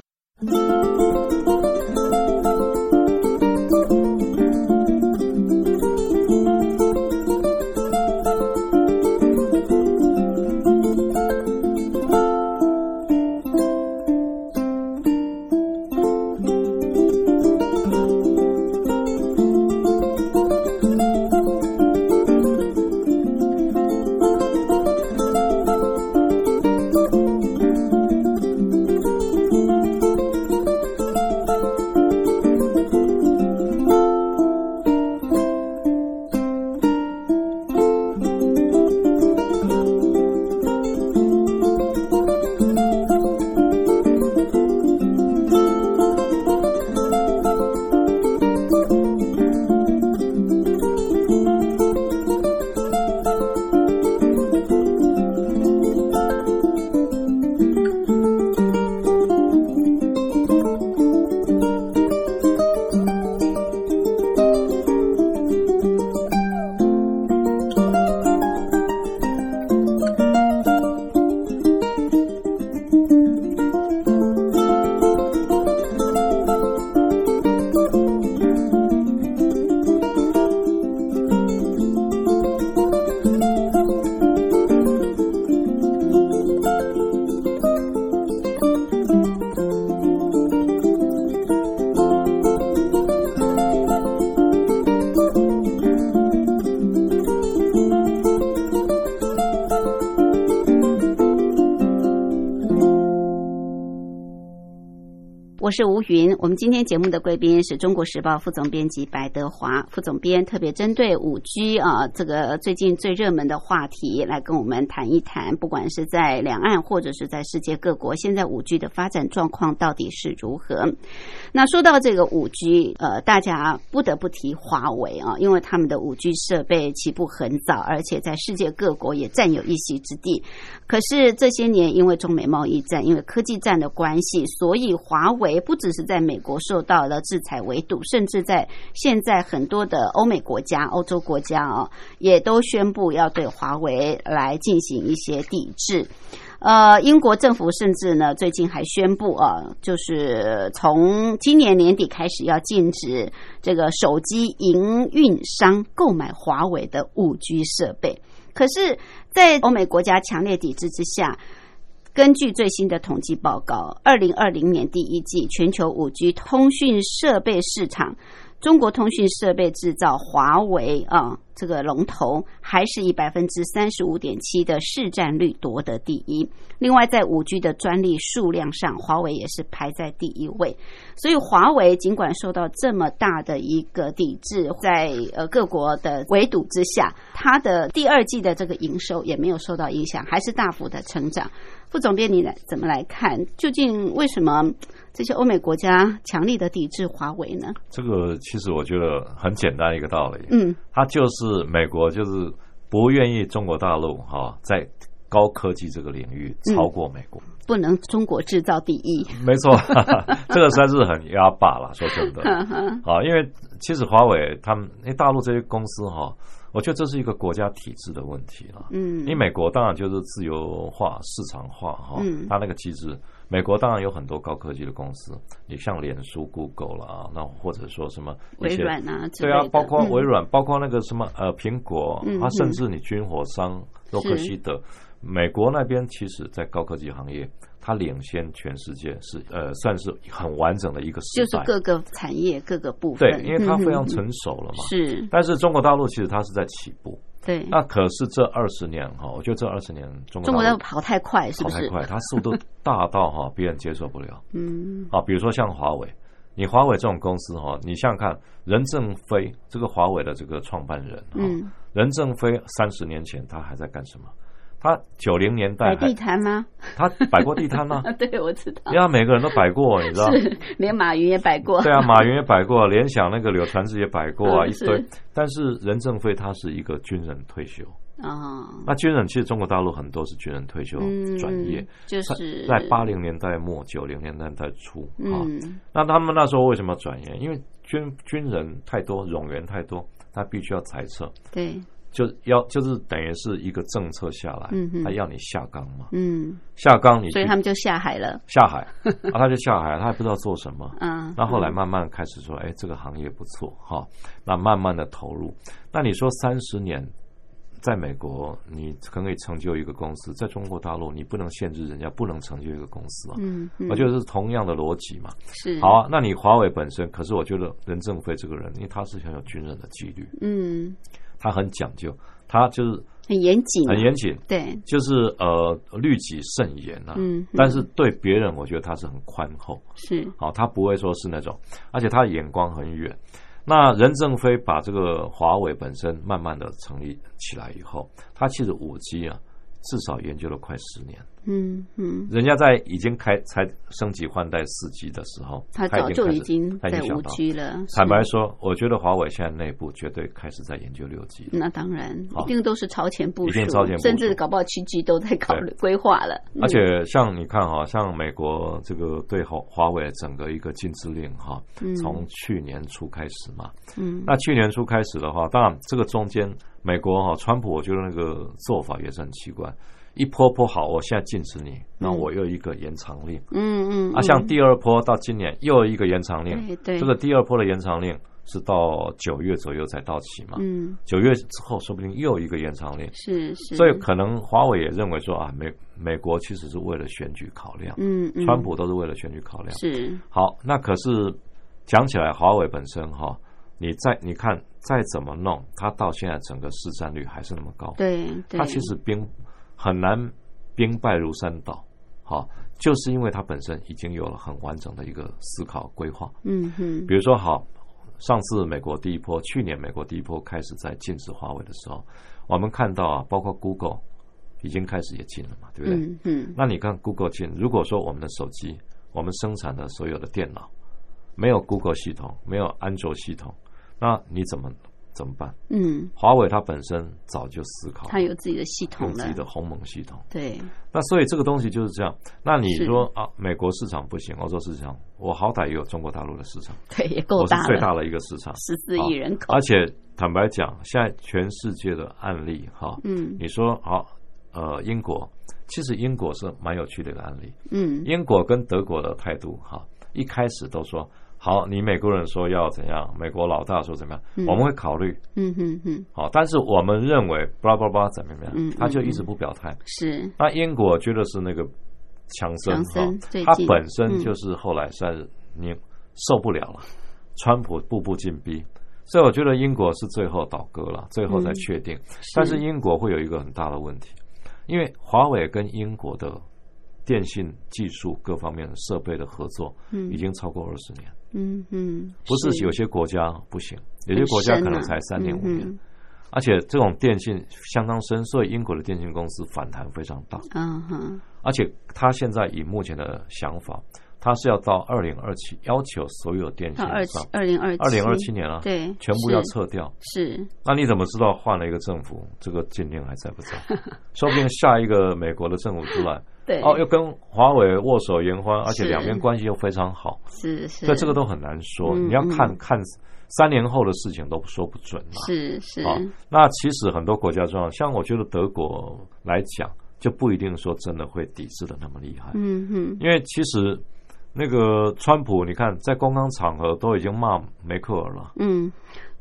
我是吴云。我们今天节目的贵宾是中国时报副总编辑白德华副总编，特别针对五 G 啊这个最近最热门的话题来跟我们谈一谈，不管是在两岸或者是在世界各国，现在五 G 的发展状况到底是如何？那说到这个五 G，呃，大家不得不提华为啊，因为他们的五 G 设备起步很早，而且在世界各国也占有一席之地。可是这些年，因为中美贸易战、因为科技战的关系，所以华为不只是在美国受到了制裁围堵，甚至在现在很多的欧美国家、欧洲国家哦，也都宣布要对华为来进行一些抵制。呃，英国政府甚至呢，最近还宣布啊，就是从今年年底开始要禁止这个手机营运商购买华为的五 G 设备。可是，在欧美国家强烈抵制之下，根据最新的统计报告，二零二零年第一季全球五 G 通讯设备市场，中国通讯设备制造华为啊这个龙头，还是以百分之三十五点七的市占率夺得第一。另外，在五 G 的专利数量上，华为也是排在第一位。所以，华为尽管受到这么大的一个抵制，在呃各国的围堵之下，它的第二季的这个营收也没有受到影响，还是大幅的成长。副总编，你来怎么来看？究竟为什么这些欧美国家强力的抵制华为呢？这个其实我觉得很简单一个道理，嗯它就是美国就是不愿意中国大陆哈、在高科技这个领域嗯超过美国。不能中国制造第一。没错， 哈哈这个算是很压霸了，说真的。嗯哼，啊，因为其实华为他们，因为大陆这些公司哈、我觉得这是一个国家体制的问题了。嗯因为美国当然就是自由化、市场化哈、嗯它那个机制，美国当然有很多高科技的公司，你像脸书、Google 了啊，那或者说什么一微些软啊之对类的，啊，包括微嗯软，包括那个什么呃苹果嗯，它甚嗯至你军火商洛克是希德，美国那边其实在高科技行业，它领先全世界是呃算是很完整的一个时就是代。各个产业各个部分对，，因为它非常嗯成熟了嘛。啊是，但是中国大陆其实它是在起步，对，那可是这二十年哈，我觉得这二十年中中国国大在陆跑太快，是跑不太是？快，它速度大到哈别人接受不了嗯啊。比如说像华为，你华为这种公司哈，你想想看，任正非这个华为的这个创办人哈，嗯，任正非三十年前他还在干什么？他九零年代摆还地摊吗？他摆过地摊 呐、啊，对，我知道人，家每个人都摆过，你知道？是，连马云也摆过，对啊，马云也摆过，联想那个柳传志也摆过啊，嗯一是堆。但是任正非他是一个军人退休，啊，那军人其实中国大陆很多是军人退休嗯，转业，就是在八零年代末九零年代初啊。嗯那他们那时候为什么转业？因为军军人太多，冗员太多，他必须要裁撤，对，就要就是等于是一个政策下来嗯哼，他要你下岗嘛。嗯，下岗你去所以他们就下海了，下 海，啊，他就下海，他也不知道做什么。嗯，那后来慢慢开始说，哎，这个行业不错哈、那慢慢的投入。那你说三十年，在美国你可以成就一个公司，在中国大陆你不能限制人家不能成就一个公司啊。嗯，嗯，我觉得是同样的逻辑嘛。是好，啊，那你华为本身，可是我觉得任正非这个人，因为他是很有军人的纪律，嗯，他很讲究，他就是很严谨，很，严谨，对，就是呃律己慎言啊。嗯，但是对别人，我觉得他是很宽厚，是，好、他不会说是那种，而且他的眼光很远。那任正非把这个华为本身慢慢的成立起来以后，他其实五 G 啊，至少研究了快十年。嗯嗯，人家在已经开才升级换代四 G 的时候，他他早就开已始经他已在经想五到 G 了，坦白是说，我觉得华为现在内部绝对开始在研究六 G 了。那当然，好一定都是超前部啊一署定超前，部署甚至搞不好七 G 都在考虑规划了。嗯而且像你看哈、像美国这个对华华为整个一个禁制令哈、嗯从去年初开始嘛，嗯，那去年初开始的话，当然这个中间，美国哈、川普我觉得那个做法也是很奇怪，一波波好，我现在禁止你，嗯那我又一个延长令，嗯嗯，啊，嗯像第二波到今年又一个延长令，对对这个第二波的延长令是到九月左右才到期嘛，嗯九、月之后说不定又一个延长令，是是，所以可能华为也认为说啊，美美国其实是为了选举考量，嗯嗯，川普都是为了选举考量，是好，那可是讲起来，华为本身哈、你再你看再怎么弄，它到现在整个市占率还是那么高，对对，它其实兵很难兵败如山倒。好，就是因为它本身已经有了很完整的一个思考规划。嗯哼，比如说，好，上次美国第一波，去年美国第一波开始在禁止华为的时候，我们看到啊，包括 Google 已经开始也禁了嘛，对不对？嗯哼，那你看 Google 禁，如果说我们的手机，我们生产的所有的电脑没有 Google 系统，没有安卓系统，那你怎么怎么办？嗯，华为它本身早就思考，他有自己的系统有自了己，的鸿蒙系统。对，那所以这个东西就是这样。那你是说啊，美国市场不行，欧洲市场，我好歹也有中国大陆的市场，对，也够我是大最了，大的一啊个市场。十四好亿人口，而且坦白讲，现在全世界的案例哈，嗯你说好，呃，英国，其实英国是蛮有趣的一个案例。嗯英国跟德国的态度哈，一开始都说好，你美国人说要怎样，美国老大说怎么样，嗯我们会考虑嗯哼哼，好，但是我们认为巴拉巴拉巴拉怎么样嗯嗯，他就一直不表态。是，那英国觉得是那个强森强森哈最，他近嗯本身就是后来算是你受不了了，川普步步紧逼，所以我觉得英国是最后倒戈了，最后才嗯确定。但是英国会有一个很大的问题，因为华为跟英国的电信技术各方面的设备的合作嗯已经超过二十年，嗯嗯，不是有些国家不行，有些很国家深可能啊才三年嗯五年嗯，而且这种电信相当深，所以英国的电信公司反弹非常大。嗯哼，而且他现在以目前的想法，他是要到二零二七要求所有电到信啊二七商二零二二零二七年啊，对，全部要是撤掉。是，那你怎么知道换了一个政府，这个禁令还在 不在？说不定下一个美国的政府出来，对，哦，又跟华为握手言欢，而且是两边关系又非常好，是是，所以这个都很难说。嗯你要看嗯看三年后的事情都说不准嘛。是是，啊，那其实很多国家这样，像我觉得德国来讲，就不一定说真的会抵制的那么厉害。嗯哼，因为其实那个川普，你看在公开场合都已经骂梅克尔了，嗯，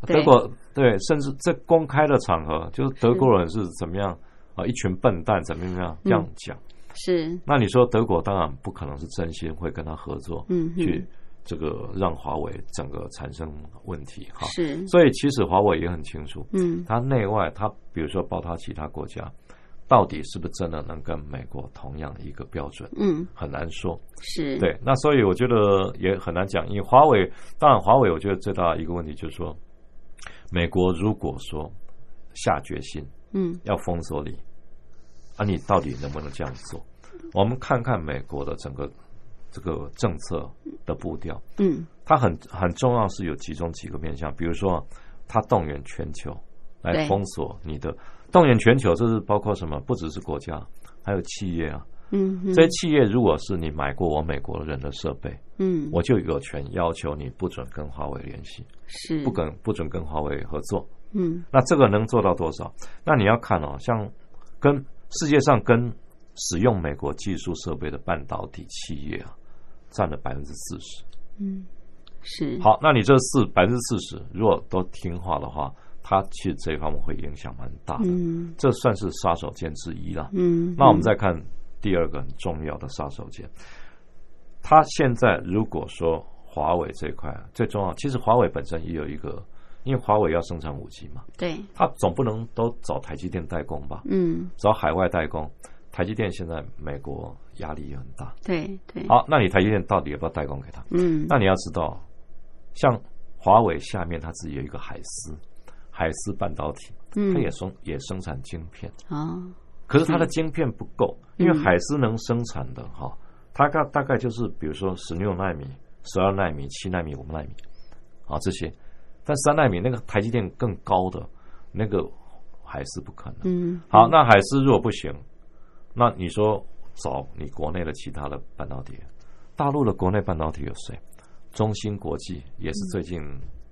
对德国对，甚至在公开的场合，就是德国人是怎么样啊、一群笨蛋怎么样怎么样这样讲。嗯是，那你说德国当然不可能是真心会跟他合作，嗯哼去这个让华为整个产生问题哈。是，所以其实华为也很清楚，嗯它内外它比如说包括其他国家，到底是不是真的能跟美国同样一个标准，嗯很难说。是，对，那所以我觉得也很难讲，因为华为，当然华为，我觉得最大的一个问题就是说，美国如果说下决心嗯要封锁你，啊，你到底能不能这样做？我们看看美国的整个这个政策的步调，嗯它很很重要是有其中几个面向，比如说它动员全球来对封锁你的，动员全球，这是包括什么？不只是国家，还有企业啊。嗯哼，这些企业如果是你买过我美国人的设备，嗯我就有权要求你不准跟华为联系，是不跟不准跟华为合作。嗯那这个能做到多少？那你要看哦，像跟世界上跟使用美国技术设备的半导体企业啊，占了百分之四十。嗯是好，那你这四百分之四十，如果都听话的话，它其实这一方面会影响蛮大的，嗯这算是杀手锏之一啦。嗯，那我们再看第二个很重要的杀手锏，它现在如果说华为这一块最重要，其实华为本身也有一个，因为华为要生产五 G 嘛，对，它总不能都找台积电代工吧，嗯找海外代工。台积电现在美国压力也很大，对对，好，那你台积电到底要不要代工给他？嗯那你要知道，像华为下面它自己有一个海思，海思半导体，嗯它也生也生产晶片，哦可是它的晶片不够，嗯因为海思能生产的哈，它大大概就是比如说十六纳米、十二纳米、七纳米、五纳米啊这些，但三纳米那个台积电更高的那个海思不可能。嗯好，那海思如果不行，那你说找你国内的其他的半导体，大陆的国内半导体有谁？中芯国际也是最近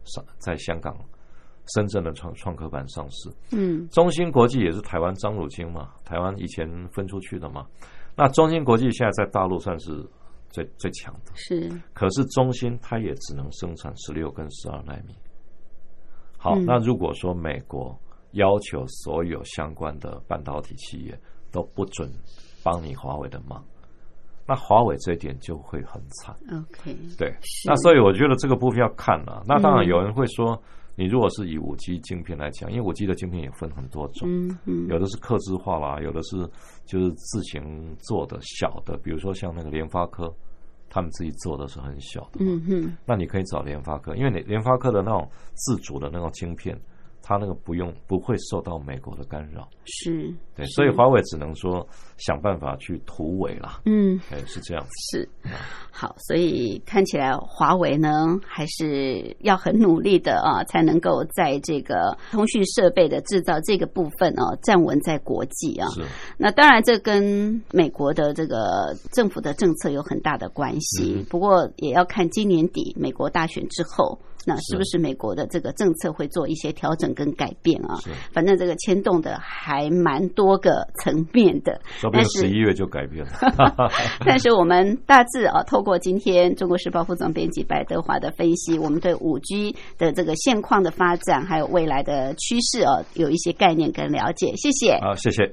上在香港、深圳的创创科板上市。嗯中芯国际也是台湾张汝京嘛，台湾以前分出去的嘛。那中芯国际现在在大陆算是最最强的，是可是中芯它也只能生产十六跟十二纳米。好，嗯那如果说美国要求所有相关的半导体企业都不准帮你华为的忙，那华为这一点就会很惨。 OK，对是，啊嗯那所以我觉得这个部分要看了、那当然有人会说，你如果是以五 G 镜片来讲，因为五 G 的镜片也分很多种，嗯嗯，有的是刻字化啦，有的是就是自行做的小的，比如说像那个联发科，他们自己做的是很小的。嗯嗯那你可以找联发科，因为联联发科的那种自主的那种晶片，它那个不用不会受到美国的干扰，是，对，所以华为只能说想办法去突围啦，嗯哎，是这样子，是，好，所以看起来华为呢还是要很努力的啊，才能够在这个通讯设备的制造这个部分哦、站稳在国际啊。是那当然，这跟美国的这个政府的政策有很大的关系。嗯不过，也要看今年底美国大选之后，那是不是美国的这个政策会做一些调整跟改变啊？是，反正这个牵动的还蛮多个层面的。说不定但是十一月就改 变了，但是我们大致啊，透过今天《中国时报》副总编辑白德华的分析，我们对五 G 的这个现况的发展，还有未来的趋势啊，有一些概念跟了解。谢谢。好，谢谢。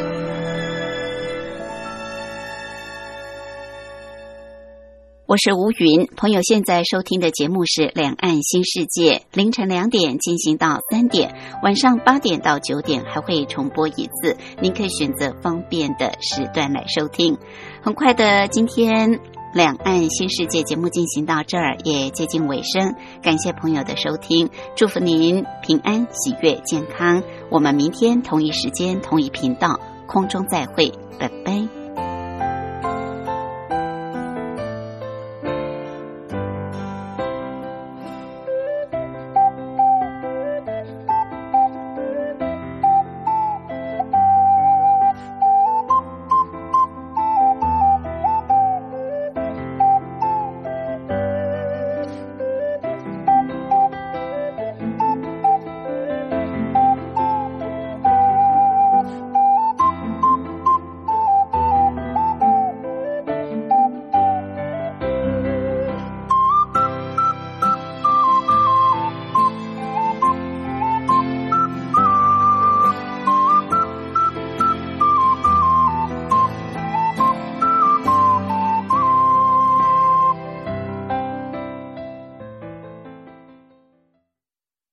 我是吴云。朋友现在收听的节目是《两岸新世界》，凌晨两点进行到三点，晚上八点到九点还会重播一次。您可以选择方便的时段来收听。很快的，今天《两岸新世界》节目进行到这儿也接近尾声，感谢朋友的收听，祝福您平安、喜悦、健康。我们明天同一时间、同一频道空中再会，拜拜。